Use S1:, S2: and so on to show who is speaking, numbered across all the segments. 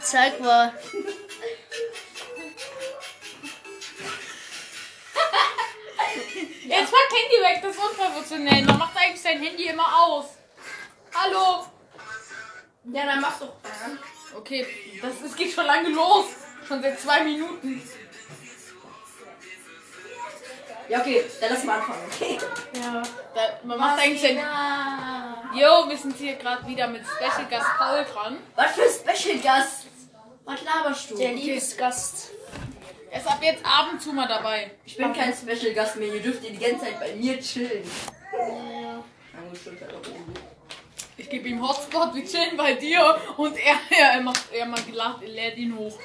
S1: Zeig mal.
S2: Jetzt packt Handy weg, das ist unprofessionell. Man macht eigentlich sein Handy immer aus. Hallo.
S3: Ja, dann mach's doch.
S2: Okay, das, das geht schon lange los. Schon seit zwei Minuten.
S3: Ja, okay, dann lass mal anfangen. Okay.
S2: Ja. Da, man macht eigentlich sein... Jo, wir sind hier gerade wieder mit Special Gast Paul dran.
S3: Was für ein Special Gast? Was laberst du?
S1: Der Liebesgast.
S2: Er ist ab jetzt ab und zu mal dabei.
S3: Ich bin kein Special Gast mehr, ihr dürft die ganze Zeit bei mir chillen. Na gut, stimmt halt auch irgendwie.
S2: Ich gebe ihm Hotspot, wir chillen bei dir. Und er, er, er macht, er macht gelacht, er lädt ihn hoch.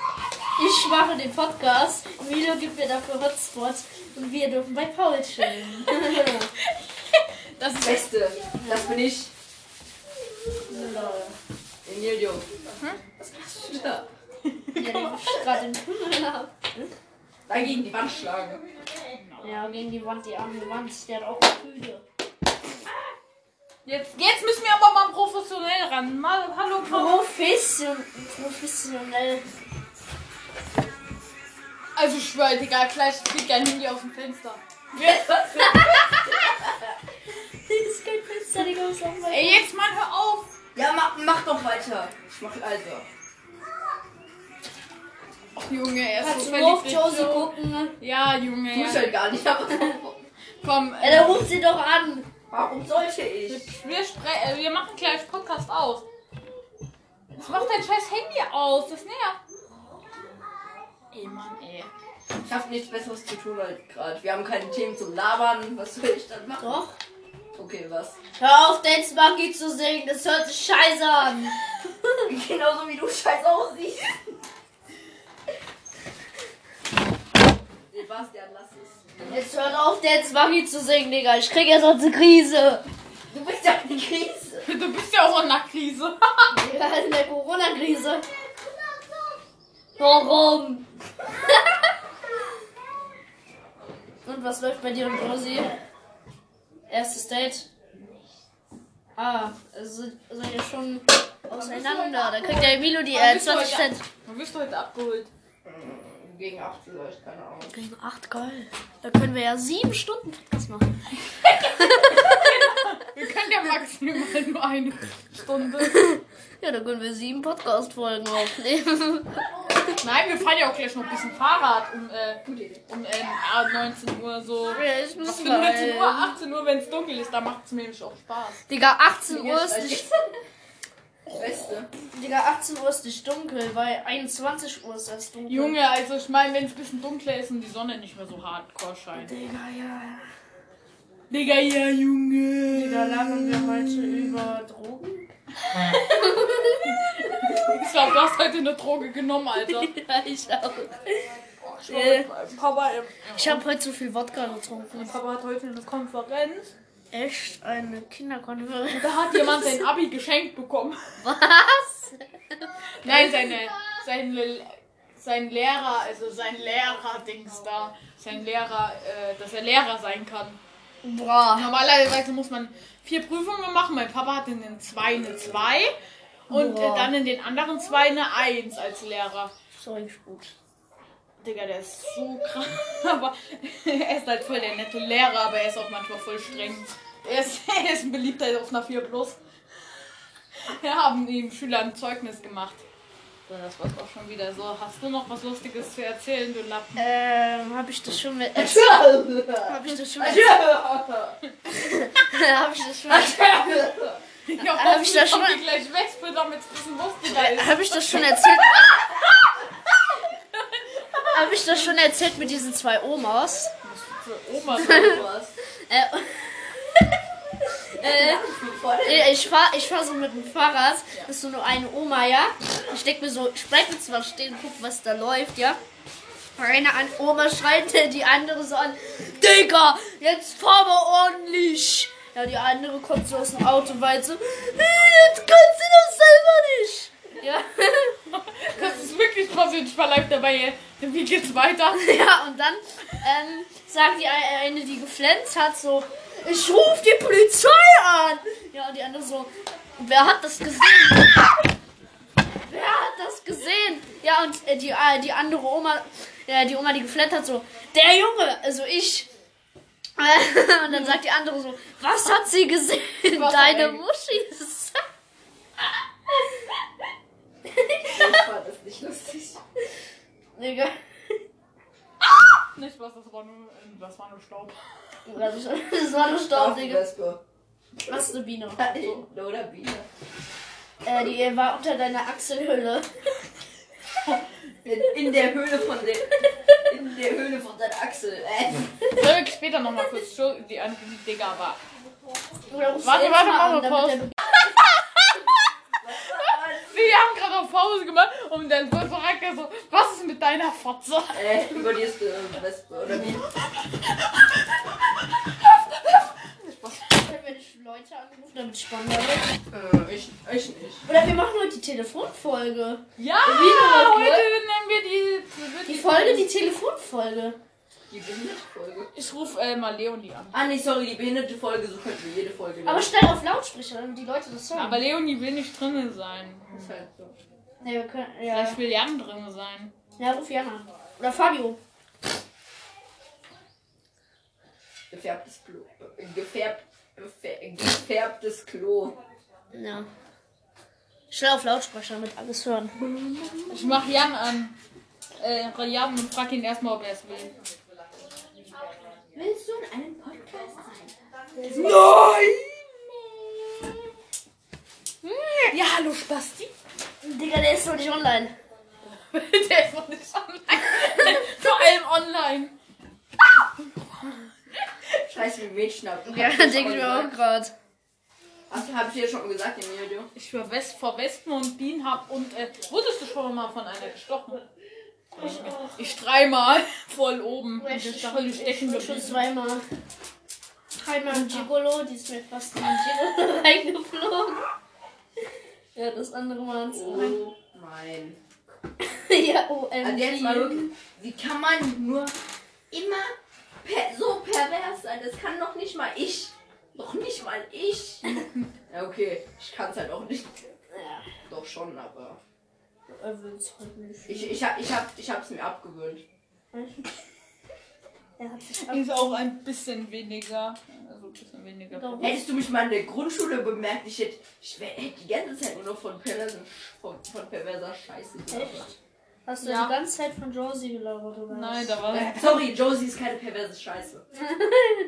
S1: Ich mache den Podcast. Milo gibt mir dafür Hotspots. Und wir dürfen bei Paul chillen.
S2: Das ist
S3: Beste, das bin ich. Emilio. Was machst du da?
S1: ja, den mach ich gerade den Tunnel ab.
S3: Da gegen die Wand schlagen.
S1: Ja, gegen die Wand, die arme Wand. Der hat auch Gefühle.
S2: Jetzt, jetzt müssen wir aber mal professionell ran. Mal, hallo, Paul.
S1: Profession professionell.
S2: Also, ich schwör, Digga, gleich fliegt dein Handy aus dem Fenster.
S1: Das ist kein Fenster, Digga. Was sagen wir?
S2: Ey, jetzt mal hör auf.
S3: Ja, mach, mach doch weiter. Ich mach also.
S2: Ach, Junge, er ist
S1: Kannst
S2: so
S1: du nur auf
S2: verliebt.
S1: Josie gucken? ne?
S2: Ja, Junge.
S3: Du
S2: Ja.
S3: halt gar nicht. aber
S2: Komm,
S1: Ja,
S2: äh,
S1: dann ruft sie doch an.
S3: Warum sollte ich?
S2: wir, spre äh, wir machen gleich Podcast aus. Jetzt mach dein scheiß Handy aus, das nervt. Ey, Mann, ey.
S3: Ich hab nichts Besseres zu tun halt gerade. Wir haben keine Themen zum Labern. Was soll ich dann machen?
S1: Doch.
S3: Okay, was?
S1: Hör auf, Dance Monkey zu singen. Das hört sich scheiße an.
S3: Genauso wie du scheiß aussiehst. Sebastian, lass es.
S1: Jetzt hört auf, Dance Monkey zu singen, Digga. Ich krieg ja sonst eine Krise.
S3: Du bist ja eine Krise.
S2: Du bist ja auch in einer Krise.
S1: Digga, in der Corona-Krise. Warum? und was läuft bei dir und Rosi? Erstes Date? Ah, also seid ihr schon auseinander? Da kriegt der Emilio die äh, 20 Cent.
S2: Wann bist du heute abgeholt?
S3: Gegen 8 vielleicht, keine Ahnung.
S1: Gegen 8 Gold. Da können wir ja 7 Stunden Podcast machen.
S2: Wir können ja maximal nur eine Stunde.
S1: Ja, da können wir 7 Podcast-Folgen aufnehmen.
S2: Nein, wir fahren ja auch gleich noch ein bisschen Fahrrad um, äh,
S3: Gute Idee.
S2: um ähm, ah, 19 Uhr so.
S1: ja, ich
S2: Was
S1: muss
S2: für 19 Uhr?
S1: mal.
S2: 18 Uhr, wenn es dunkel ist, da macht es mir nämlich auch Spaß.
S1: Digga, 18 Uhr ist nicht
S3: Oh. Beste.
S1: Digga, 18 Uhr ist nicht dunkel, weil 21 Uhr ist erst dunkel.
S2: Junge, also ich meine, wenn es ein bisschen dunkler ist und die Sonne nicht mehr so hardcore scheint.
S1: Digga, ja.
S2: Digga, ja, Junge.
S1: Digga, labern wir heute über Drogen?
S2: Ich glaube, du hast heute eine Droge genommen, Alter.
S1: Ja, ich auch.
S2: Äh, Papa, äh,
S1: Ich habe heute zu viel Wodka getrunken.
S2: Papa hat heute eine Konferenz.
S1: Echt eine Kinderkonferenz.
S2: Da hat jemand sein Abi geschenkt bekommen.
S1: Was?
S2: Nein, seine, seine, sein Lehrer, also sein Lehrer-Dings da. Sein Lehrer, äh, dass er Lehrer sein kann.
S1: Boah.
S2: Normalerweise muss man vier Prüfungen machen. Mein Papa hat in den zwei eine 2 und äh,
S1: Boah.
S2: dann in den anderen zwei eine 1 als Lehrer.
S1: So eigentlich gut.
S2: Digga, der ist so krass. Aber er ist halt voll der nette Lehrer, aber er ist auch manchmal voll streng. Er ist, er ist ein Beliebter auf einer 4 Plus. Wir haben ihm Schüler ein Zeugnis gemacht. So, das war's auch schon wieder so. Hast du noch was Lustiges zu erzählen, du Lappen?
S1: Ähm, hab ich das schon mit. Äh,
S3: Tschö.
S1: hab ich das schon mit.
S3: Tschö.
S1: hab ich das schon mit.
S2: Ich hoffe,
S1: hab ich das schon
S2: kommt
S1: mal-
S2: die gleich wechselt, damit es ein bisschen lustiger ist.
S1: Hab ich das schon erzählt? hab ich das schon erzählt mit diesen zwei Omas?
S2: Für Oma.
S3: Was?
S1: Äh, äh, Äh, Ich fahr, ich fahr so mit dem Fahrrad, das ist so nur eine Oma, ja? Ich denk mir so, ich bleib jetzt mal stehen, guck, was da läuft, ja? Eine an Oma schreit die andere so an, Digga, jetzt fahr mal ordentlich. Ja, die andere kommt so aus dem Auto weit so, "Äh, jetzt kannst du das selber nicht. Ja,
S2: Das ist wirklich passiert. Ich war live dabei. ey. Wie geht's weiter?
S1: ja und dann ähm, sagt die ein- eine, die geflenzt hat, so, ich ruf die Polizei an. Ja, und die andere so, wer hat das gesehen? Wer hat das gesehen? Ja, und äh, die, äh, die andere Oma, äh, die Oma, die geflattert so, der Junge, also ich. Äh, und dann sagt die andere so, was hat sie gesehen?
S2: Was hat
S1: Deine
S2: er-
S1: Muschis.
S3: Ich fand das nicht lustig.
S1: Digga.
S2: Nicht was, das war nur, äh, das war nur Staub.
S1: Das war nur Staub, Digga.
S3: Staubwespe.
S1: Was eine Biene.
S3: Oder Biene.
S1: Äh, die war unter deiner Achselhülle.
S3: In, in der Höhle von der. In der Höhle von deiner Achsel. Äh.
S2: Soll ich später nochmal kurz Entschuldigung, die andere die Digga war.
S1: Oder rufst du
S2: Warte,
S1: jetzt
S2: warte,
S1: mal an,
S2: warte,
S1: damit
S2: Pause. Wir haben gerade auf Pause gemacht und dann so fragt er so, was ist mit deiner Fotze?
S3: Äh, über die ist äh, Wespe oder Biene.
S1: der- Können wir nicht Leute anrufen, damit es spannender wird?
S3: Äh, ich, ich nicht.
S1: Oder wir machen heute die Telefonfolge.
S2: Ja,
S1: Wie
S2: heute nennen wir die, wird
S1: Die Folge, die Telefonfolge.
S3: Die behinderte Folge.
S2: Ich rufe äh, mal Leonie an.
S3: Ah, nee, sorry, die behinderte Folge, so könnten wir jede Folge nennen.
S1: Aber stell auf Lautsprecher, damit die Leute das hören.
S2: Aber Leonie will nicht drin sein.
S3: ist halt so.
S1: nee, wir können, ja.
S2: Vielleicht will Jan drin sein.
S1: ja, ruf Jan an. Oder Fabio.
S3: Gefärbtes Klo. Äh, Gefärbt. gefär- Gefärbtes Klo.
S1: Ja. Stell auf Lautsprecher, damit alles hören.
S2: Ich mach Jan an. Äh, Jan und frag ihn erstmal, ob er es will.
S3: Willst du in einem Podcast sein?
S2: Ja, hallo Spasti.
S1: Digga, der ist noch nicht online.
S2: Der ist noch nicht online. Vor allem online.
S3: Scheiße, mit Mädchen ab.
S1: Ja, denke ich mir auch gerade.
S3: Hast, hab ich dir schon gesagt im Video?
S2: Ich war West vor Wespen und Bienen hab und äh, wurdest du schon mal von einer gestochen? Ich dreimal voll oben. Und ich dachte, die stechen
S1: wurde schon
S2: geblieben.
S1: zweimal. Einmal im Gigolo, die ist mir fast in den Gigolo reingeflogen. Ja, das andere Mal ins Ohr.
S3: Oh mein.
S1: Ja, OMG.
S3: Also jetzt mal wirklich, wie kann man nur immer per so pervers sein? Das kann doch nicht mal ich. Doch nicht mal ich. ja, okay, ich kann es halt auch nicht.
S1: Ja,
S3: Doch schon, aber.
S1: er
S3: Also,
S1: will es heute nicht.
S3: Ich, ich, hab- ich, hab, ich hab's mir abgewöhnt.
S1: Er hat sich
S2: Ist auch ein bisschen weniger. Also ein bisschen weniger.
S1: Doch.
S3: Hättest du mich mal in der Grundschule bemerkt, ich hätte, ich wär, hätte die ganze Zeit nur noch von perverser, von, von perverser Scheiße gelabert. Äh,
S1: Hast du
S2: Ja.
S1: die ganze Zeit von Josie gelabert oder? was?
S2: Nein, da war.
S3: Äh, Sorry, Josie ist keine perverse Scheiße.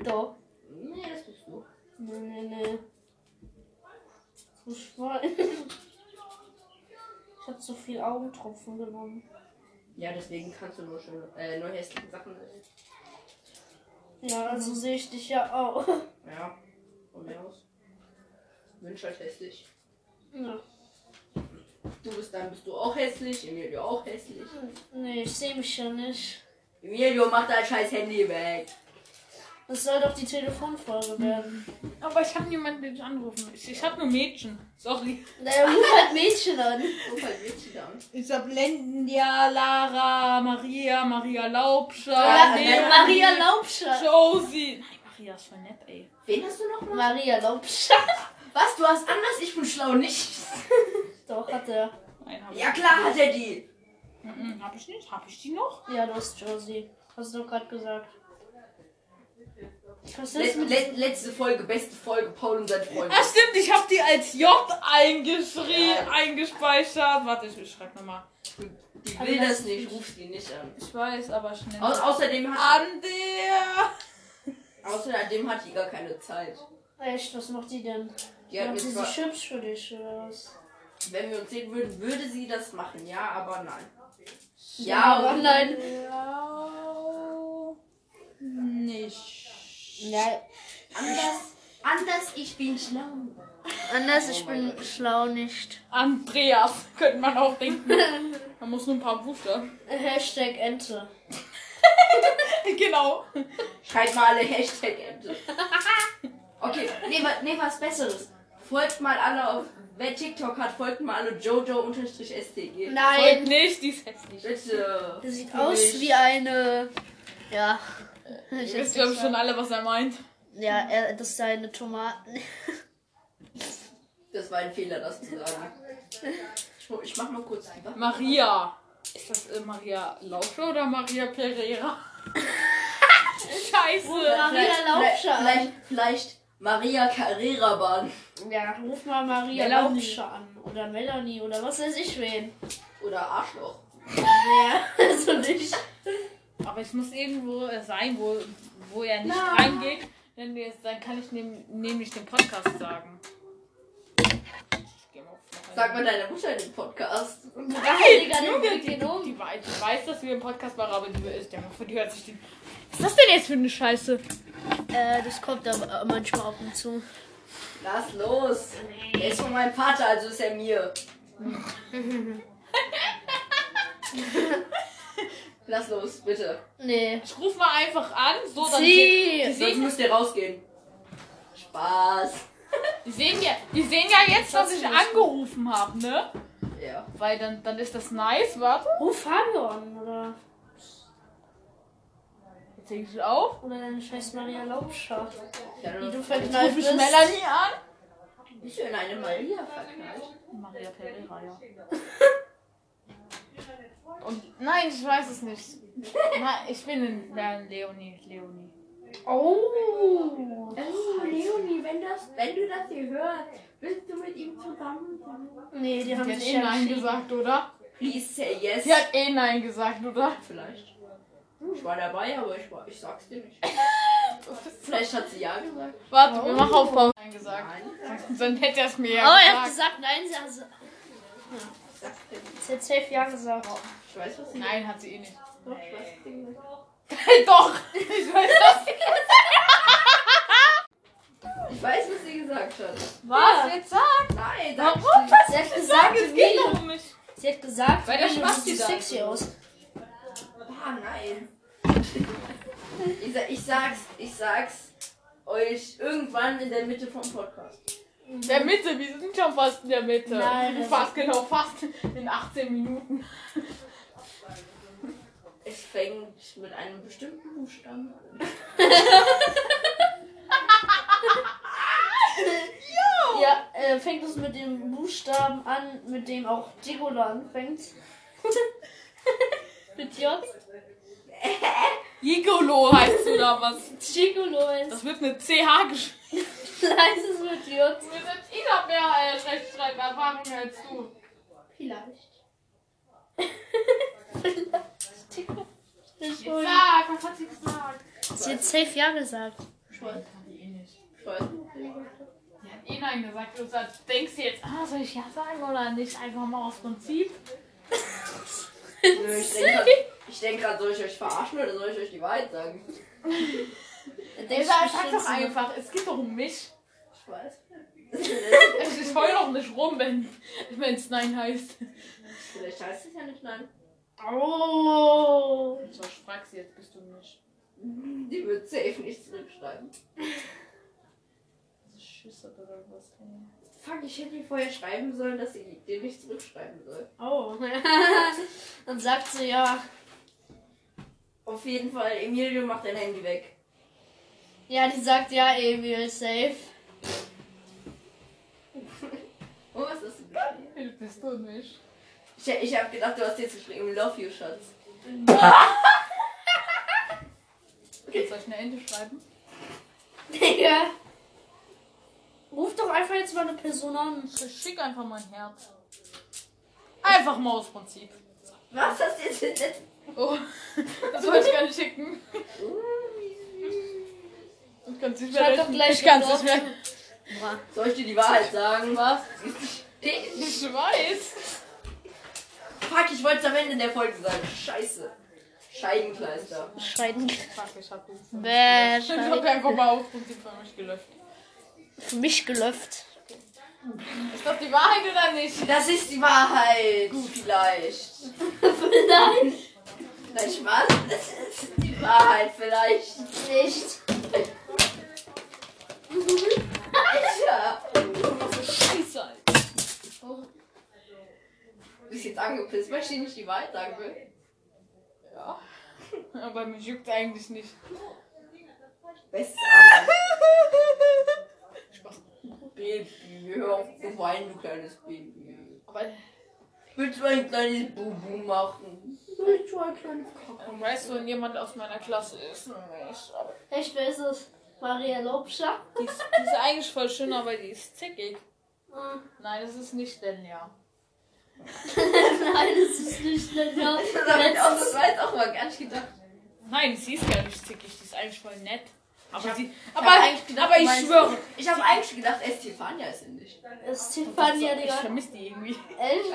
S1: Doch.
S3: Nee, das bist du.
S1: Nee, nee, nee. So schmal. Ich hab zu viel Augentropfen genommen.
S3: Ja, deswegen kannst du nur schöne, äh, nur hässliche Sachen sehen.
S1: Ja, also
S3: Mhm.
S1: sehe ich dich ja auch.
S3: Ja, von mir aus. Wünsch halt hässlich.
S1: Ja.
S3: Du bist dann bist du auch hässlich, Emilio auch hässlich.
S1: Nee, ich sehe mich ja nicht.
S3: Emilio macht dein scheiß Handy weg.
S1: Das soll doch die
S3: Mhm.
S1: Telefonfolge werden.
S2: Aber ich habe niemanden, den ich anrufen Ich, ich habe nur Mädchen. Sorry.
S1: Naja, ruf halt Mädchen an.
S3: Ruf halt Mädchen an.
S2: Ich hab Lendia, Lara, Maria, Maria
S3: Ja,
S2: Laubscher,
S3: Maria-
S2: Lea,
S1: Äh, Maria Laubscher.
S2: Josie. Nein, Maria ist voll nett, ey.
S3: Wen hast du nochmal?
S1: Maria Laubscher.
S3: Was, du hast anders? Ich bin schlau nicht.
S1: Doch, hat er.
S2: Nein, hab ich.
S3: Ja klar hat er die.
S2: Mhm, hab ich nicht. Hab ich die noch?
S1: Ja, du hast Josie. Hast du doch gerade gesagt. Was
S3: Let,
S1: ist mit
S3: let, letzte Folge, beste Folge, Paul und sein Freund.
S2: Ah, stimmt, ich habe die als J eingeschrieben,
S3: Ja.
S2: eingespeichert. Warte, ich, ich schreib nochmal.
S3: Die will das nicht, ruf die nicht an.
S2: Ich weiß, aber schnell.
S3: Au außerdem, hat,
S1: Ah,
S2: An der.
S3: außerdem hat die gar keine Zeit.
S1: Ah, Echt, was macht die denn?
S3: Die hat
S1: macht
S3: mir
S1: sie
S3: zwar,
S1: sich hübsch für dich oder was?
S3: wenn wir uns sehen würden, würde sie das machen. Ja, aber nein.
S1: Ja,
S3: Ja, und
S1: online.
S2: Ja. Nicht.
S1: Ja,
S3: Anders, anders, ich bin schlau.
S1: anders, ich
S3: Oh mein
S1: bin
S3: Gott.
S1: schlau nicht.
S2: Andreas, könnte man auch denken. Man muss nur ein paar Buchstaben.
S1: Hashtag Ente.
S2: Genau.
S3: Schreibt mal alle Hashtag Ente. Okay, nee, wa- nee, was Besseres. Folgt mal alle auf, wer TikTok hat, folgt mal alle Jojo-STG.
S2: Folgt
S1: Nein.
S2: nicht, die ist hässlich.
S3: Bitte.
S1: Das sieht
S3: Für
S1: aus
S3: mich.
S1: wie eine. Ja. Ich
S2: Jetzt glaube ich schon alle, was er meint.
S1: Ja, er, das ist eine Tomate.
S3: Das war ein Fehler, das zu sagen. Ich, mu- ich mach mal kurz die Waffe.
S2: Maria. Ist das äh, Maria Lausche oder Maria Pereira? Scheiße.
S1: Maria
S3: Vielleicht-
S1: Laubscher an.
S3: Vielleicht, vielleicht, vielleicht Maria Carrera Bahn.
S1: Ja, ruf mal Maria
S2: Melanie.
S1: Laubscher an. Oder Melanie oder was weiß ich wen.
S3: Oder Arschloch.
S1: Ja, also nicht.
S2: Aber es muss irgendwo äh, sein, wo, wo er nicht
S3: Na.
S2: reingeht. Denn jetzt, dann kann ich nem, nämlich den Podcast sagen. Ich geh mal auf-
S3: Sag mal deiner Mutter den Podcast.
S1: Nein, Digga, den
S2: Junge,
S1: bringt
S2: die,
S1: ihn um.
S2: die, wei- die weiß, dass wir im Podcast waren, aber die, ist- die, die hört sich den. Was ist das denn jetzt für eine Scheiße?
S1: Äh, das kommt aber manchmal auf ihn zu.
S3: Lass los. Der ist von meinem Vater, also ist er mir. Lass los, bitte.
S1: Nee.
S2: Ich ruf mal einfach an, so dann. se-
S1: Sie!
S2: Sie-
S3: Sonst müsst ihr rausgehen. Spaß.
S2: Die sehen ja, die sehen ja jetzt, dass ich angerufen habe, ne?
S3: Ja.
S2: Weil dann, dann ist das nice, warte.
S1: Ruf Fabio an, Oh, oder?
S2: Jetzt denke ich auf.
S1: Oder deine scheiß Maria Laubscher.
S3: Ja,
S1: Die du
S3: dann
S1: verknallt
S2: Ruf ich
S1: bist.
S2: Melanie an.
S3: bist du in eine Maria verknallt.
S2: Maria Pereira, ja. Und nein, ich weiß es nicht. Nein, ich bin in nein, Leonie, Leonie.
S1: Oh!
S3: Oh, Leonie, wenn, das, wenn du das hier hörst, willst du mit ihm zusammen sein?
S1: Nee, die haben
S2: Die hat
S1: sich
S2: eh
S1: ja
S2: nein
S1: entschieden.
S2: gesagt, oder?
S3: Please say yes.
S2: Die hat eh nein gesagt, oder?
S3: Vielleicht. Ich war dabei, aber ich, war, ich sag's dir nicht. Vielleicht hat sie ja gesagt.
S2: Warte, wir machen Aufbau. Nein gesagt.
S3: Nein.
S2: Dann hätte er es mir
S1: Oh,
S2: ja
S1: er hat
S2: gesagt.
S1: gesagt, nein, sie hat gesagt.
S3: Sag's dir nicht.
S1: Sie hat safe ja gesagt.
S3: Ich weiß, was sie
S2: Nein, hat sie eh nicht.
S3: Doch, ich weiß, was sie gesagt hat.
S2: Doch! Ich weiß das.
S3: Ich weiß, was sie gesagt hat.
S2: Was? Jetzt sag!
S3: Nein, sag
S2: Warum?
S3: ich nicht.
S2: Was?
S1: Sie hat gesagt,
S2: Es
S1: Emilio-
S2: geht doch um mich.
S1: sie hat gesagt,
S2: Weil der
S1: Emilio,
S2: Spasti
S1: du siehst
S2: da ist.
S1: sexy aus.
S3: Ah, nein. Ich, sa- ich sag's, ich sag's euch irgendwann in der Mitte vom Podcast.
S2: In der Mitte, wir sind schon fast in der Mitte.
S1: Nein, das
S2: fast genau, fast in 18 Minuten.
S3: Es fängt mit einem bestimmten Buchstaben an.
S2: Oh.
S1: Ja, äh, fängt es mit dem Buchstaben an, mit dem auch Digola anfängt. mit J.
S2: Gigolo heißt du da was?
S1: Gigolo ist
S2: Das wird mit CH geschrieben.
S1: leise mit J.
S2: Wir sind immer mehr äh, Rechtschreiberfahrung als du.
S1: Vielleicht. Vielleicht. Ich
S2: Jetzt
S1: hol-
S2: sag, was hat sie gesagt?
S1: Sie hat safe ja gesagt.
S3: Ich weiß,
S2: Hat die eh nicht.
S3: ich weiß nicht, was sie gesagt hat.
S2: Die hat eh nein gesagt. Du sagst, denkst du jetzt, ah, soll ich ja sagen oder nicht? Einfach mal aus Prinzip.
S3: Nö, Ich denk grad- ich denk grad, soll ich euch verarschen oder soll ich euch die Wahrheit sagen?
S1: Dann
S2: Ey,
S1: denkst
S2: sag,
S1: du
S2: sag
S1: bestimmt
S2: doch
S1: so-
S2: einfach, es geht doch um mich. Also,
S3: Ich weiß.
S2: Ich, ich heul doch nicht rum, wenn es nein heißt.
S3: Vielleicht heißt es ja nicht nein.
S1: Oh.
S2: So, ich frag sie jetzt, bist du nicht.
S3: Die wird safe nicht zurückschreiben.
S2: Schüsse oder was?
S3: Fuck, ich hätte ihr vorher schreiben sollen, dass sie dir nicht zurückschreiben soll.
S1: Oh. Dann sagt sie ja.
S3: Auf jeden Fall, Emilio macht dein Handy weg.
S1: Ja, die sagt ja, Emil, safe.
S3: Oh, was ist denn?
S2: Bist du nicht?
S3: Ich, ich hab gedacht, du hast jetzt geschrieben, love you, Schatz.
S2: Okay, soll ich eine Ente schreiben?
S1: Digga. Ruf doch einfach jetzt mal eine Person an.
S2: Ich schick einfach mal ein Herz. Einfach mal aus Prinzip.
S3: Was hast du jetzt in der...
S2: Oh, das wollte ich gar nicht schicken. Oh, Ich kann es nicht mehr
S1: Schreib doch
S2: löschen.
S1: gleich
S2: Ich kann es
S1: gedruckt.
S2: nicht mehr.
S3: Soll ich dir die Wahrheit sagen, was?
S2: Ich weiß.
S3: Fuck, ich wollte es am Ende der Folge sagen. Scheiße. Scheidenkleister.
S1: Scheiden.
S2: Fuck, ich hab den.
S1: Bäh,
S2: Ich hab
S1: Scheiden.
S2: einfach mal aus Prinzip für mich gelöscht.
S1: Für mich gelöfft.
S2: Ist das die Wahrheit oder nicht?
S3: Das ist die Wahrheit. Gut, vielleicht.
S1: Nein,
S3: Nein, Spaß. Das ist die Wahrheit, vielleicht.
S1: nicht.
S3: Alter.
S2: Scheiße, Alter.
S3: Du bist Oh. jetzt angepisst, weil ich dir nicht die Wahrheit sagen will.
S2: Ja. Aber mich juckt eigentlich nicht.
S3: Bestes Abend. Baby, hör auf zu weinen, du kleines Baby.
S2: Aber
S3: Willst du ein kleines Bubu machen? Willst du ein kleines Kacke?
S2: Weißt du, wenn jemand aus meiner Klasse ist? Nicht. Aber
S1: Echt, wer ist es? Maria Lobscher?
S2: die, ist, die ist eigentlich voll schön, aber die ist zickig.
S1: Ah.
S2: Nein, das ist nicht Lenja.
S1: Nein, das ist nicht genau.
S3: Das habe ich auch, das war jetzt auch mal gar nicht gedacht.
S2: Nein, sie ist gar nicht zickig, die ist eigentlich voll nett. Aber sie.
S3: aber- aber ich schwöre, Ich habe
S2: Sie-
S3: eigentlich gedacht, Estefania ist indisch.
S1: Das ist Stefania,
S2: ich
S1: Digga.
S2: vermisse die irgendwie.
S1: Elf?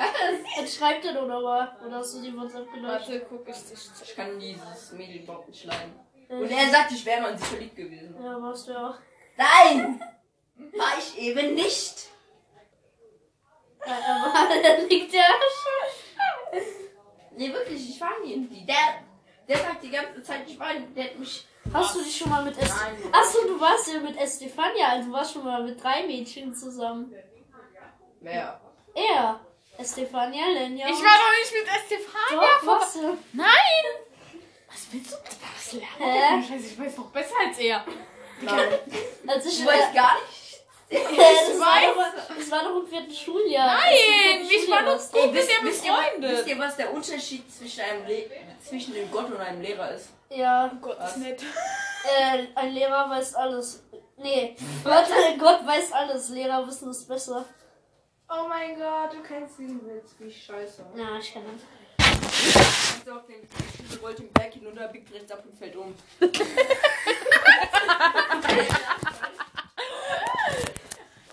S1: Jetzt schreibt er oder was? Oder hast du die WhatsApp gelöscht?
S2: Warte, guck ich dich.
S3: Ich kann dieses Mädel überhaupt nicht leiden. Und er sagt, ich wäre mal in sie verliebt gewesen.
S1: Ja, warst du ja auch.
S3: Nein! War ich eben nicht.
S1: Ja, er war, da liegt ja schon.
S3: Nee, wirklich, ich war nie in die. Der, der sagt die ganze Zeit, ich war in- Der hat mich.
S1: Hast du dich schon mal mit S.
S3: Nein.
S1: Achso, du warst ja mit Estefania, also du warst schon mal mit drei Mädchen zusammen.
S3: Wer?
S1: Er. Estefania, Lenja.
S2: Ich
S1: und-
S2: war doch nicht mit Estefania
S1: Doch,
S2: vorbei.
S1: warst du.
S2: Nein! Was willst du? Was lernt
S1: Hä?
S2: der denn? Scheiße, ich weiß noch besser als er.
S3: Nein.
S1: Als Also ich
S3: Ich weiß gar nicht.
S1: Äh,
S2: ich
S1: das,
S2: weiß.
S1: War doch, das war doch im vierten Schuljahr. Als du im
S2: Nein!
S1: vierten
S2: Ich war
S1: Schuljahr
S2: nur
S1: warst.
S2: gut mit der
S3: wisst, ihr, was- wisst
S2: befreundet.
S3: ihr, was der Unterschied zwischen einem Le zwischen dem Gott und einem Lehrer ist?
S1: Ja,
S2: Gott ist nett.
S1: äh, ein Lehrer weiß alles. Nee, warte, Gott weiß alles. Lehrer wissen es besser.
S3: Oh mein Gott, du kennst diesen Witz, wie scheiße.
S1: Na, ich kann nicht.
S3: Ich auf den ich rollt den Berg hinunter, biegt rechts ab und fällt um.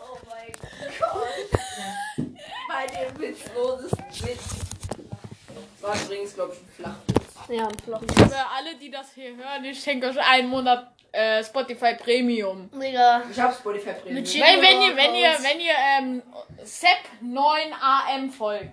S1: Oh mein Gott.
S3: Bei dem witzlosesten Witz. War übrigens, glaube ich, ein Flachwitz.
S1: Ja, ein Floch.
S2: Für alle, die das hier hören, ich schenke euch einen Monat äh, Spotify Premium.
S1: Digga.
S3: Ich habe Spotify Premium. Ne?
S1: Mit Shit.
S2: Wenn, wenn ihr, wenn ihr, wenn ihr ähm, Sepp9AM folgt.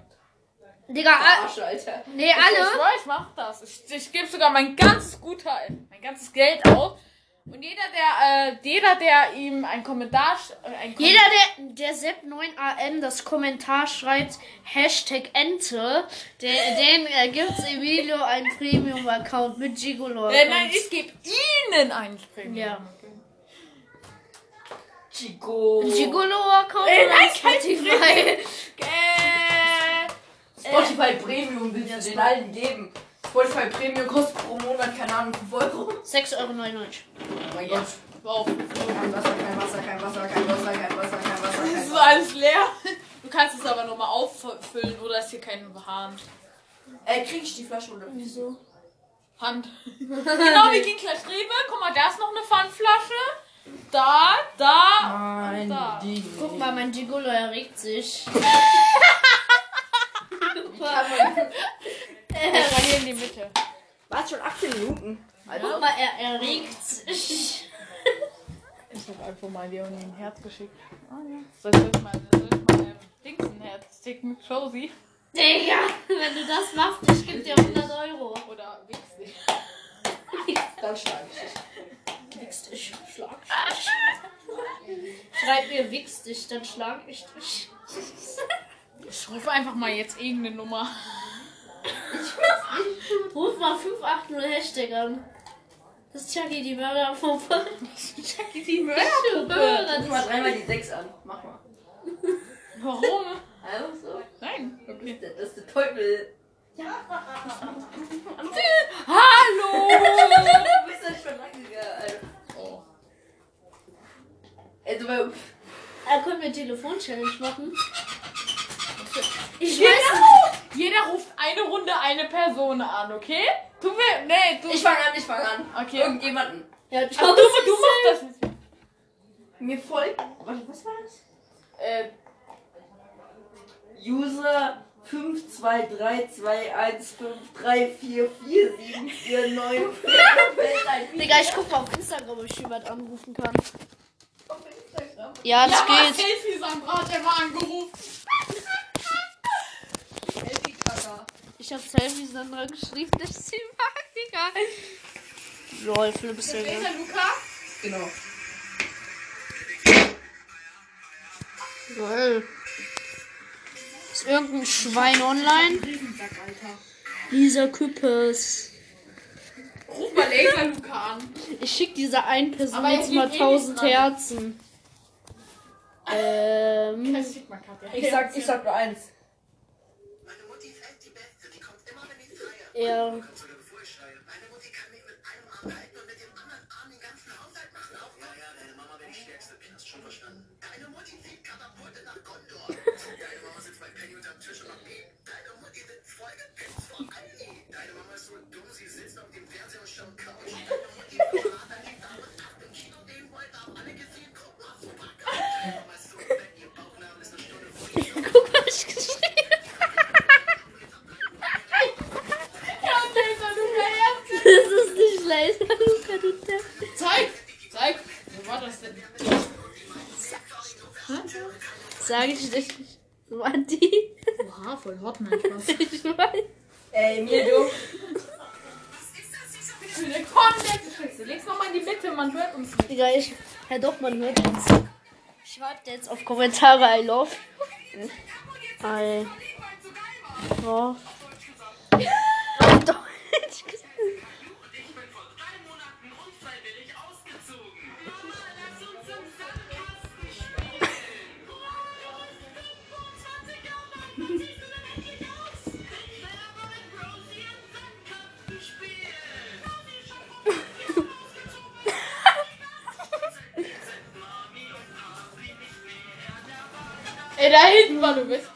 S1: Digga, ah, a-
S3: Arsch, Alter.
S1: nee,
S2: Ich
S1: alle.
S2: schwör, ich mach das. Ich, ich gebe sogar mein ganzes Guthaben, mein ganzes Geld aus. Und jeder, der, äh, jeder, der ihm einen Kommentar, sch- äh, ein Kom
S1: Jeder, der, der Sepp 9am das Kommentar schreibt, Hashtag Ente, der, den äh, gibt's Emilio einen Premium-Account mit Gigolo.
S2: äh, nein, ich gebe Ihnen einen Premium.
S1: Ja.
S3: Chico.
S1: Gigolo-Account
S2: Äh, nein,
S1: oder Spotify?
S2: Äh,
S3: Spotify Premium will ich den allen geben. Spotify Premium kostet pro Monat, keine Ahnung, 5 Euro.
S1: 6,99 Euro.
S3: Oh mein Gott.
S2: wow.
S3: Kein Wasser, kein Wasser, kein Wasser, kein Wasser, kein Wasser, kein Wasser,
S2: Das
S3: kein
S2: ist
S3: Wasser.
S2: alles leer. Du kannst es aber nochmal auffüllen oder ist hier kein Hand.
S3: Äh, krieg ich die Flasche oder wieso?
S2: Hand. genau, wir gehen gleich rüber. Guck mal, da ist noch eine Pfandflasche. Da, da.
S3: Nein,
S2: Da.
S3: die.
S1: Guck mal, mein Gigolo erregt sich.
S2: Äh, mal hier in die Mitte.
S3: War schon 18 Minuten?
S1: Guck mal, er erregt sich.
S2: Ich hab einfach mal Leonie ein Herz geschickt. Ah, Soll ich euch mal, soll ich mal ähm, Dings ein Herz schicken? Josie?
S1: Digga, wenn du das machst, ich geb dir 100 Euro.
S2: Oder Wix nicht?
S3: Dann schlage ich dich.
S1: Wichst dich, schlag dich. Schreib mir, wichst dich, dann schlag ich dich.
S2: Ich rufe einfach mal jetzt irgendeine Nummer.
S1: Ruf mal 580 Hashtag an. Das ist Chucky, die Mörderpuppe.
S2: Jackie die
S1: Mörder,
S3: Guck mal dreimal die 6 an. Mach mal.
S2: Warum?
S3: Also,
S2: Nein. Okay.
S3: das ist der Teufel.
S2: Hallo!
S3: Du bist ja schon lange gegangen.
S2: Oh.
S3: Also, weil.
S1: Da Äh, können wir Telefon-Challenge machen. Ich weiß
S2: Genau! Jeder ruft eine Runde eine Person an, okay? Du will. Nee, du.
S3: Ich fange an, ich fange an.
S2: Okay.
S3: Irgendjemanden.
S1: Ja,
S2: Ach, du,
S1: Joe,
S2: du machst das jetzt.
S3: Mir folgt. Warte, was war das?
S2: Äh,
S3: User 5232153447494.
S1: Digga, ich guck mal auf Instagram, ob ich jemand anrufen kann. Ja, das
S2: ja, mal
S1: geht.
S2: Selfie, Sandra hat immer angerufen.
S1: Ich hab Selfies dann dran geschrieben, dass sie mag, Digga. Lol, Philipp ist ja
S2: Später, Luca.
S3: Genau.
S1: Lol. Ist irgendein Schwein online? Lisa Küppers.
S2: Ruf mal Laser Luca an.
S1: Ich schick dieser einen Person
S2: Aber
S1: jetzt
S2: ihr
S1: mal
S2: geht eh
S1: 1000
S2: nicht dran.
S1: Herzen. Ähm.
S2: Das sieht man gerade.
S3: Ich sag, ich sag nur eins.
S1: Ja. Guck mal, ich geschrieben. Das ist nicht schlecht. Luca, du Depp.
S2: Zeig! Zeig! Wo war das denn?
S1: Sag ich nicht. War die?
S2: Oha, Ah, voll hot manchmal.
S1: Ich weiß.
S3: Ey, Emilio.
S2: Komm, jetzt! Leg's nochmal in die Mitte, man hört uns nicht.
S1: Digga, ich. Herr Dochmann hört uns. Schreibt jetzt auf Kommentare I love. I love. Deutsch.
S2: Ey, da hinten war du bist.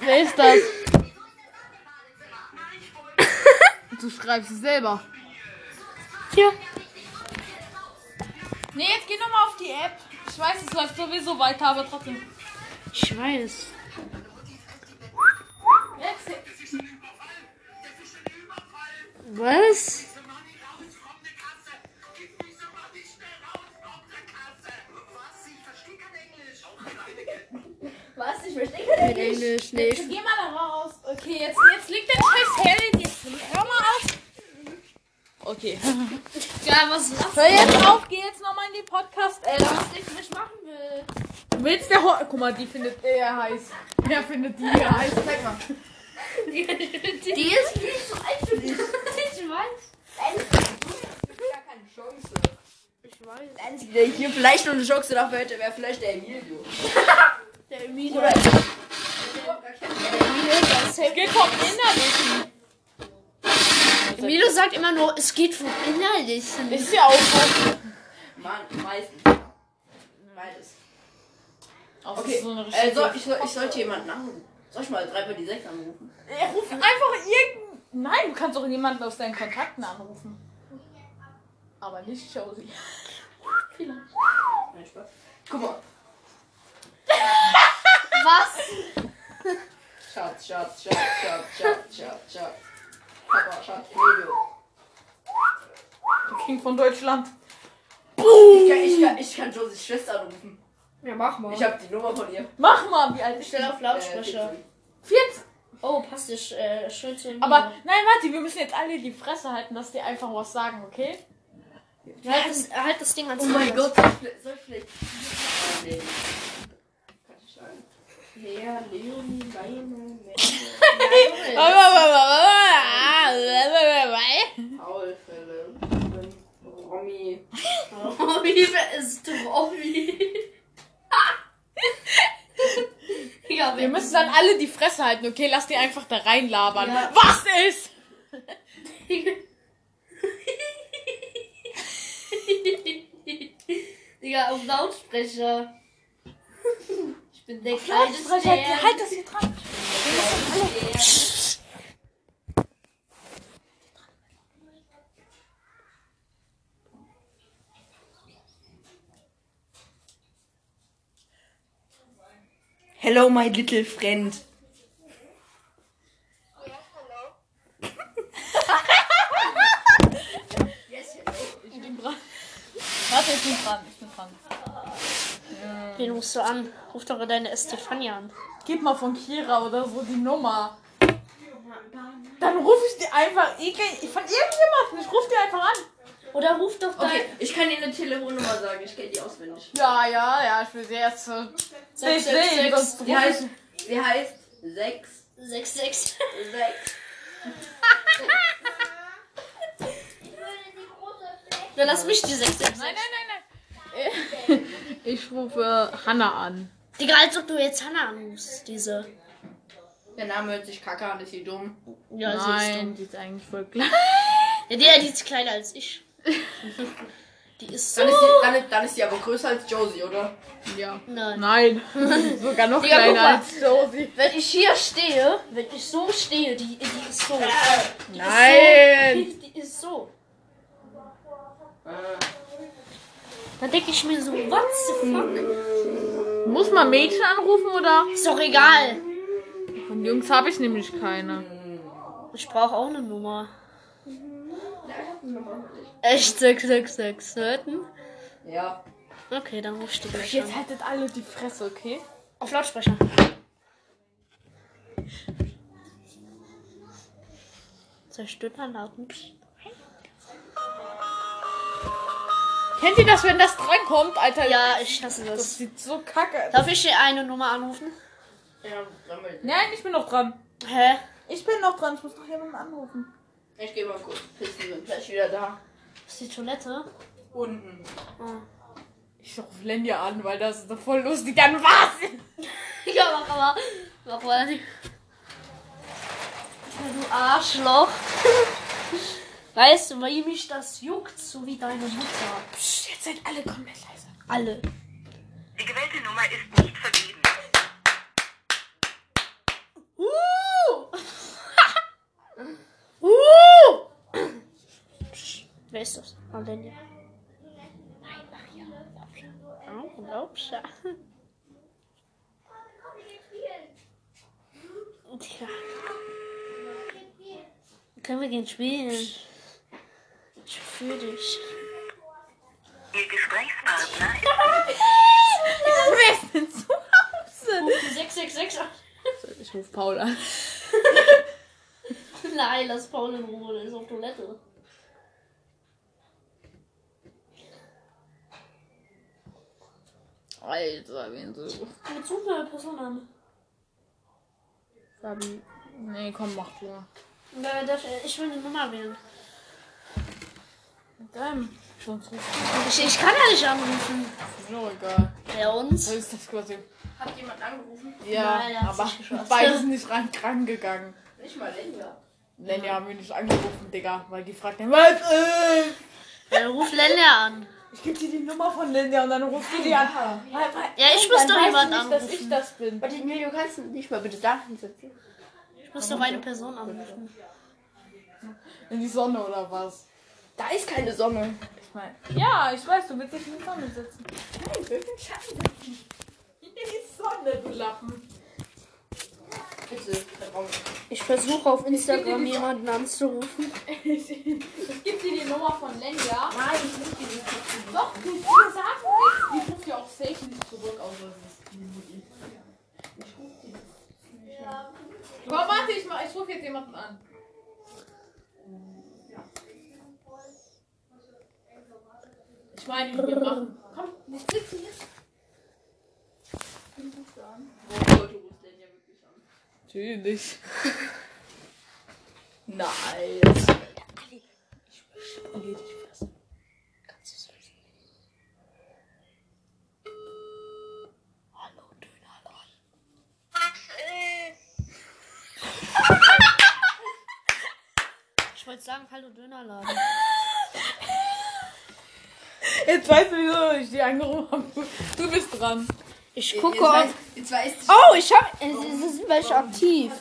S2: Wer ist das? Du schreibst es selber.
S1: Ja.
S2: Nee, jetzt geh nochmal auf die App. Ich weiß, es läuft sowieso weiter, aber trotzdem.
S1: Ich weiß.
S2: Jetzt.
S1: Was?
S3: Was? Ich verstehe keine
S1: Mit Englisch
S2: Geh
S1: nicht.
S2: mal da raus. Okay, jetzt, jetzt liegt der scheiß Harry. Jetzt hör mal auf. Okay.
S1: Ja, was lachst
S2: Hör jetzt auf, geh jetzt nochmal in die Podcast. Äh,
S1: Was ich nicht machen will.
S2: willst der Ho Guck mal, die findet er heiß. Wer findet die hier heiß? Zeig mal.
S1: Die ist.
S3: nicht so alt für dich.
S1: Ich weiß.
S3: Dein gar keine Chance.
S1: Ich weiß.
S3: Der Einzige, der hier vielleicht noch eine Chance dafür hätte, wäre vielleicht der Emilio.
S1: Der Emilio.
S3: Oder
S2: Geht vom Innerlichen.
S1: Emilio sagt immer nur, es geht vom Innerlichen.
S2: Ist ja auch so.
S3: Mann, meistens. Beides.
S2: Okay. Also,
S3: Okay,
S2: So eine
S3: äh, so,
S2: richtige-
S3: ich, soll, ich sollte jemanden anrufen. Soll ich mal 3 die 6 anrufen?
S2: Er ruft einfach irgendeinen. Nein, du kannst doch jemanden aus deinen Kontakten anrufen. Aber nicht Josie.
S3: Nein, Spaß. Guck mal.
S1: Was?
S3: Schatz, Schatz, Schatz, Schatz, Schatz, Schatz, Schatz. Papa, Schatz, Emilio.
S2: Der King von Deutschland.
S3: Ich kann, ich kann, ich kann Josies Schwester anrufen.
S1: Ja, mach mal.
S3: Ich habe die Nummer von ihr. Äh,
S2: Mach mal, wie alt ist
S1: Stell
S2: der?
S1: auf Lautsprecher.
S2: 14.
S1: Oh, passt dir sch- äh, schön zu Emilio.
S2: Aber nein, warte, wir müssen jetzt alle die Fresse halten, dass die einfach was sagen, okay?
S1: halt das, halt das Ding ans
S3: Oh mein
S1: Mikro.
S3: Gott, soll ich vielleicht- soll ich vielleicht. Oh, nee. Kann ich sagen? Lea, Leonie, Beine, Merkel, Paul, Philipp, Romy.
S1: Robby, wer Oh, ist Robby? ja,
S2: Wir müssen dann alle die Fresse halten, okay? Lass die einfach da reinlabern.
S1: Ja.
S2: Was ist?
S1: Digga, auf Lautsprecher. Ich bin der kleinste.
S2: Lautsprecher, halt das hier dran.
S3: Hello, my little friend.
S2: Ich bin dran. Warte, ich bin dran. Ich bin dran.
S1: Wen rufst du an? Ruf doch deine Estefania an.
S2: Gib mal von Kira oder so die Nummer. Dann rufe ich die einfach ekel. Von irgendjemanden. Ich rufe die einfach an.
S1: Oder ruf doch dein.
S3: Okay, ich kann dir eine Telefonnummer sagen, ich kenne die auswendig.
S2: Ja, ja, ja. Ich will sie jetzt. Äh, nicht
S1: Sechs, sechs,
S2: sehen,
S1: sechs.
S2: sonst
S3: Die
S2: rufe
S3: heißt. Die heißt 6,
S1: 66.
S3: 6.
S4: Ich würde die große Fläche
S1: Dann lass mich die 6
S2: Nein, nein, nein, nein. Ich rufe Hanna an.
S1: Digga, als ob du jetzt Hannah anrufst, diese.
S3: Der Name hört sich kacke an, ist sie dumm.
S1: Ja, sie ist
S2: Nein,
S1: dumm.
S2: die ist eigentlich voll klein.
S1: Ja, die, die ist kleiner als ich. die ist so.
S3: Dann ist, die, dann, ist- dann ist die aber größer als Josie, oder?
S2: Ja.
S1: Nein.
S2: Nein. Sogar noch
S1: Digga, guck
S2: kleiner
S1: mal.
S2: als Josie.
S1: Wenn ich hier stehe, wenn ich so stehe, die, die ist so.
S2: Nein.
S1: Die, die ist so.
S3: Äh,
S1: Da denke ich mir so, what the fuck?
S2: Muss man Mädchen anrufen oder?
S1: Ist doch egal.
S2: Von Jungs habe ich nämlich keine.
S1: Ich brauche auch eine Nummer.
S3: ja, ich hab eine Nummer.
S1: Echt 666, hörten?
S3: Ja.
S1: Okay, dann ruf ich die gleich an.
S2: haltet alle die Fresse, okay?
S1: Auf Lautsprecher. Zerstört man lauten.
S2: Kennt ihr das, wenn das drankommt, Alter?
S1: Ja, ich hasse
S2: Das
S1: das.
S2: sieht so kacke aus.
S1: Darf ich hier eine Nummer anrufen?
S3: Ja, sammelt.
S2: Nein, ich bin noch dran.
S1: Hä?
S2: Ich bin noch dran. Ich muss noch jemanden anrufen.
S3: Ich geh mal kurz pissen, bin gleich wieder da.
S1: Ist die Toilette?
S3: Unten.
S2: Ah.
S1: Oh.
S2: Ich rufe Lenny an, weil das ist doch voll lustig. An was?
S1: Ja, mach aber. Mach mal nicht. Du Arschloch. Weißt du, weil mich das juckt, so wie deine Mutter.
S2: Psst, jetzt seid alle komplett leise.
S1: Alle.
S4: Die gewählte Nummer ist nicht vergeben.
S1: Uh! uh! Psst, Wer ist das? Marlene. Nein, Maria. Lauscher. Au, Lauscher. Tja. Können wir gehen spielen? Ich fühle dich.
S4: Ihr Gesprächspartner ist
S2: Wer ist denn zu Hause?
S1: Ruf die 666 an.
S2: Ich rufe Paul an.
S1: Nein, lass Paul in Ruhe, der ist auf Toilette.
S2: Alter, wen so.
S1: Mit so einer Person an.
S2: Fabi. Nee, komm, mach du.
S1: Wer darf- Äh, Ich will eine Nummer wählen.
S2: Mit deinem. Sonst rufst
S1: Ich, ich kann ja nicht anrufen.
S2: du. Mir doch egal.
S1: Bei uns?
S2: So ist das quasi.
S3: Hat jemand angerufen?
S2: Ja,
S1: Nein, er hat's
S2: aber
S1: nicht geschafft.
S2: beide sind nicht ran, rangegangen.
S3: Nicht mal länger.
S2: Lenny haben wir nicht angerufen, Digga, weil die fragt dann, was ist?
S1: Dann ruf Lenja an.
S2: Ich geb dir die Nummer von Linda und dann rufst du die an. Weil- weil-
S1: Ja, ich muss
S2: dann
S1: doch
S2: weißt
S1: jemand
S2: du nicht, dass
S1: anrufen.
S2: ich das bin.
S3: Warte, Emilio, kannst du nicht mal bitte da hinsetzen?
S1: Ich muss doch eine Person anrufen.
S2: In die Sonne oder was?
S3: Da ist keine Sonne.
S2: Ich mein, ja, ich weiß, du willst dich in die Sonne setzen.
S3: Nein, wirklich Schatten.
S2: In die Sonne, du Lappen.
S3: Bitte, da brauchen
S1: Ich versuche auf Instagram jemanden anzurufen.
S2: Ich geb dir die Nummer von Lenja.
S3: Nein, ich muss die nicht putzen.
S2: Doch, du sagst nichts. Die ruft ja auch safe nicht zurück, also das ist die Mutti. Komm, warte, ich, mach- ich rufe jetzt jemanden an. Ich meine, wir machen. Komm, nicht sitzen hier.
S3: Warum sollte Russland ja wirklich an?
S2: Natürlich.
S3: Nice.
S1: Ich wollte sagen, hallo Dönerladen.
S2: Jetzt weißt du, wieso ich die angerufen habe. Du bist dran.
S1: Ich
S3: Jetzt
S1: gucke
S3: weiß-
S1: auf.
S3: Jetzt weiß ich.
S1: Oh, ich hab. Es, es sind welche aktiv.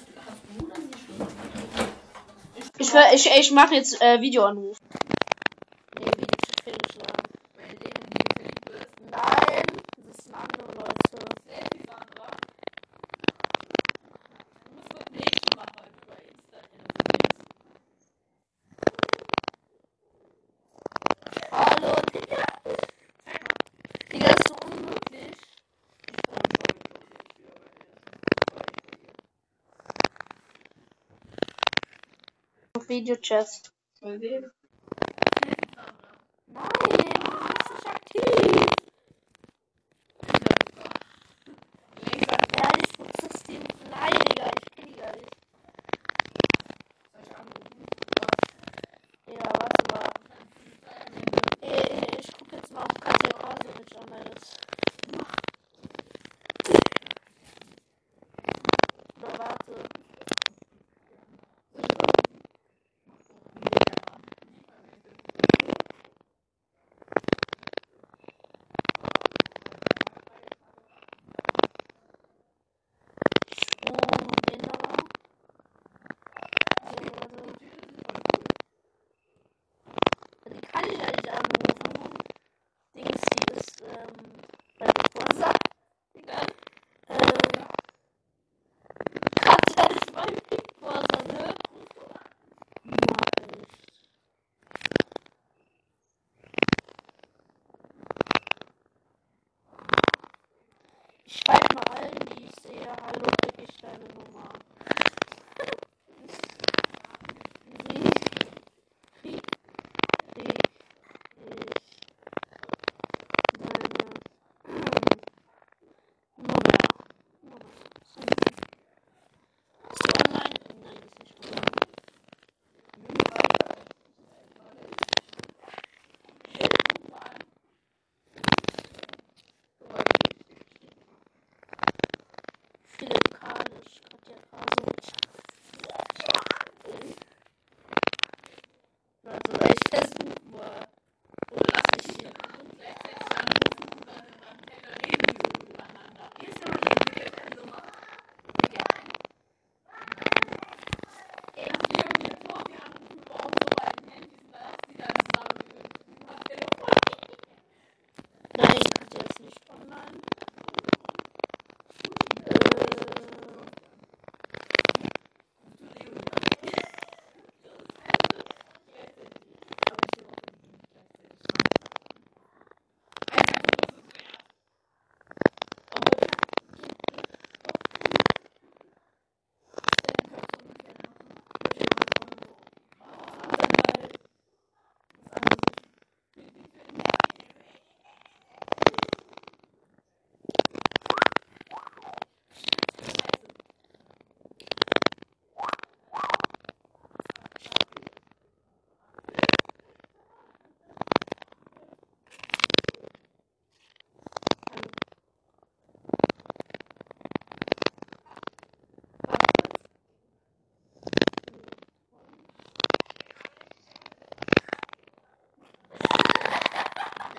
S1: Ich, ver- ich, ich mache jetzt äh, Videoanruf. Nee, Video finde ich nicht. Nein, das sind andere Leute. Hallo, Digga. Digga, ist so unmöglich. Auf Videochat.
S3: Mal sehen.
S1: Nein, das ist aktiv. Ja, ich nutze das Ding. Nein, Digga, ich krieg gar nicht. Ja, warte mal. ähm, Ähm, ne? Ich schreibe mal allen, die ich sehe, hallo, krieg ich deine Nummer. Sie krieg ich deine Nummer. Nummer. Ist die online? Nein, ist nicht online. Philipp Kalisch, Katja Krasowitsch. Also, ich versuche mal. Und lass ich hier. Nein, ich hatte jetzt nicht online. Äh,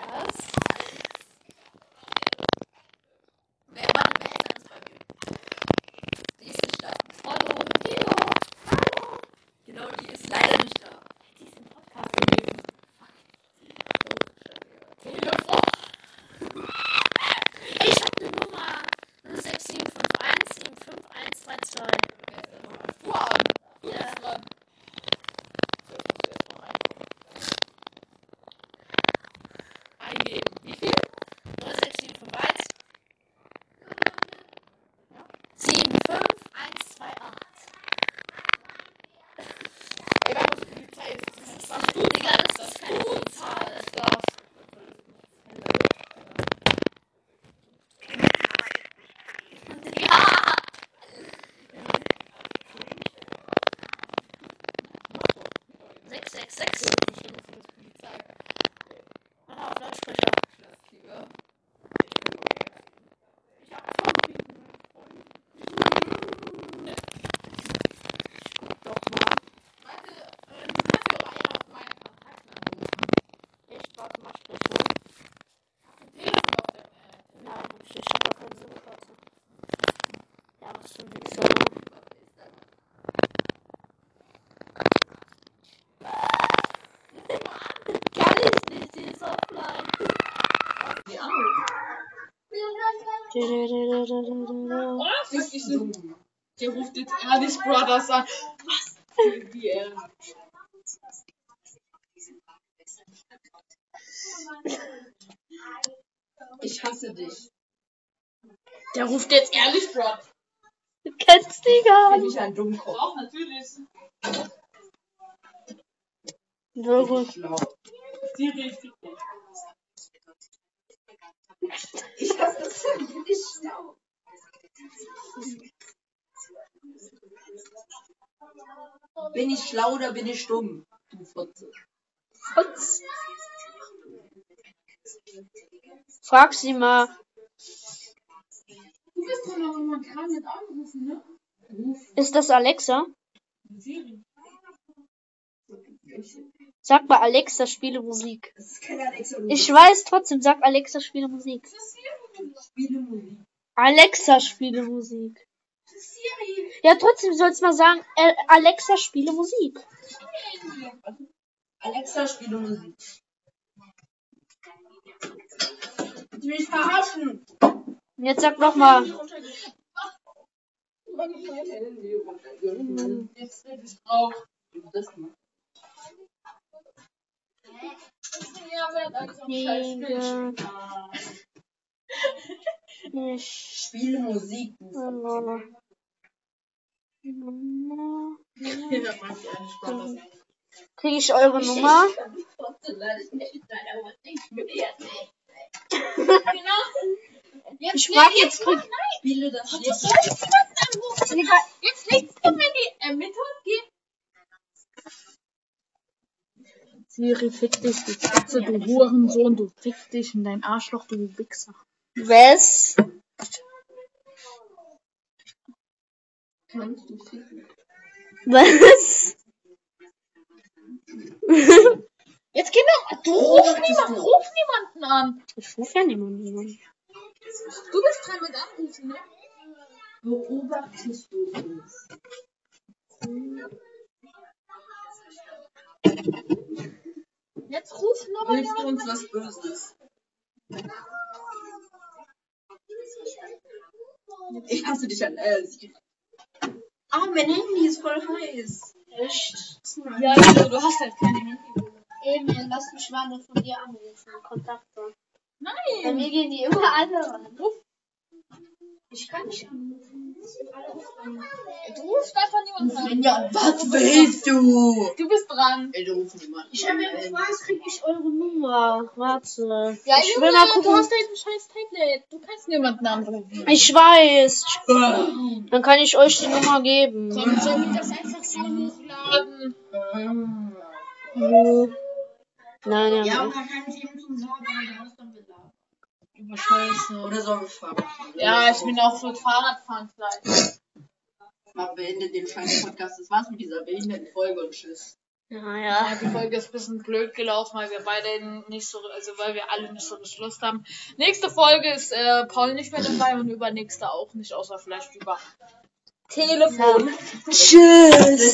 S1: was? Hallo, Tino.
S5: Genau die ist leider nicht da.
S1: Ich hab eine Nummer. 067517512. Ja.
S6: Eingeben. Wie viel?
S1: 06751 75128.
S6: Ey, was für die Zeit ist das? Was du
S1: Digga, das ist keine gute Zahl. Das darf.
S7: Die gewählte Nummer ist nicht vergeben.
S1: Ja. Sechs, sechs, sechs. Mach auf Lautsprecher. Doch mal. Ich warte mal Sprechung. Nein, ich hab doch keine Suchkarte. Ja, was für ein Server. Kann ich nicht, die ist offline.
S6: Was? Der ruft jetzt Ehrlich Brothers an. Was? Wie er.
S5: Ich hasse dich.
S6: Der ruft jetzt Ehrlich Brothers.
S1: Du kennst die gar
S5: Bin ich ein Dummkopf.
S6: Auch natürlich.
S1: Na gut.
S5: Schlau.
S6: Die richtig.
S5: Ich hasse dich. Bin ich schlau. Bin ich schlau oder bin ich dumm? Du Fotze.
S1: Putz. Frag sie mal.
S6: Du bist doch noch, man kann nicht anrufen, ne?
S1: Ist das Alexa?
S6: Siri.
S1: Sag mal Alexa, spiele Musik.
S5: Das ist keine Alexa. du
S1: Ich weiß trotzdem, sag Alexa, spiele Musik.
S5: Spiele Musik.
S1: Alexa, spiele Musik. Ja, trotzdem sollst mal sagen, äh, Alexa, spiele Musik.
S5: Alexa, spiele Musik.
S6: Die will ich verarschen.
S1: Und jetzt sag noch mal.
S6: Jetzt bin ich drauf.
S5: Das gemacht.
S6: Ja, wer hat eigentlich so einen scheiß Bildschirm?
S1: Nicht
S6: Spiele Musik. du Fotze.
S8: Ja, mach ich einen Spaß. das nicht.
S1: Kriege ich eure Nummer?
S6: Fotze, lade ich nicht rein, aber ich will jetzt nicht. Genau.
S1: Ich frag jetzt, krieg,
S6: Spiele das Lied.
S1: Digga,
S8: Jetzt nichts, wenn die Ermittlungen gehen.
S2: Siri, fick dich, du Katze, du Hurensohn, du fick dich in dein Arschloch, du Wichser.
S1: was?
S6: Kannst du ficken?
S1: Was?
S2: Jetzt geh doch, du ruf niemanden, ruf niemanden an.
S1: Ich rufe ja niemanden an.
S2: Du bist dran mit Anrufen, ne?
S6: Beobachtest du uns?
S2: Jetzt ruf nur mal
S6: Willst
S2: jemanden
S6: du uns was Böses? Ich hasse dich an äh, sie- Ah, mein Handy ist voll heiß.
S1: Echt?
S6: Nein.
S2: Ja, also, du hast halt keine Handy.
S1: Emil, lass mich mal nur von dir anrufen. Kontakte. Bei
S2: Nein!
S1: mir gehen die immer alle an.
S2: Ich kann nicht anrufen. Du rufst einfach niemanden an.
S6: Ja, was willst du?
S2: Du bist dran.
S6: Ey, du rufst niemanden.
S1: Ich habe ja gefragt, kriege ich eure Nummer? Warte.
S2: Ja,
S1: ich
S2: Junge,
S1: will mal
S2: du
S1: gucken.
S2: hast halt ein scheiß Tablet. Du kannst niemanden anrufen.
S1: Ich weiß. Dann kann ich euch die Nummer geben.
S2: Sonst soll ich das einfach so hochladen.
S1: Wo? Nein, ja.
S6: Ja,
S1: ja.
S6: man kann sie eben zum Sorgen haben.
S2: Über Scheiße.
S6: Oder sollen wir fragen?
S2: Ja, ich bin auch für Fahrradfahren gleich.
S6: Mal beendet den scheiß Podcast. Das war's mit dieser behinderten Folge und tschüss.
S1: Naja.
S2: Die Folge ist ein bisschen blöd gelaufen, weil wir beide nicht so, also weil wir alle nicht so das Lust haben. Nächste Folge ist äh, Paul nicht mehr dabei und übernächste auch nicht, außer vielleicht über Telefon.
S1: Tschüss.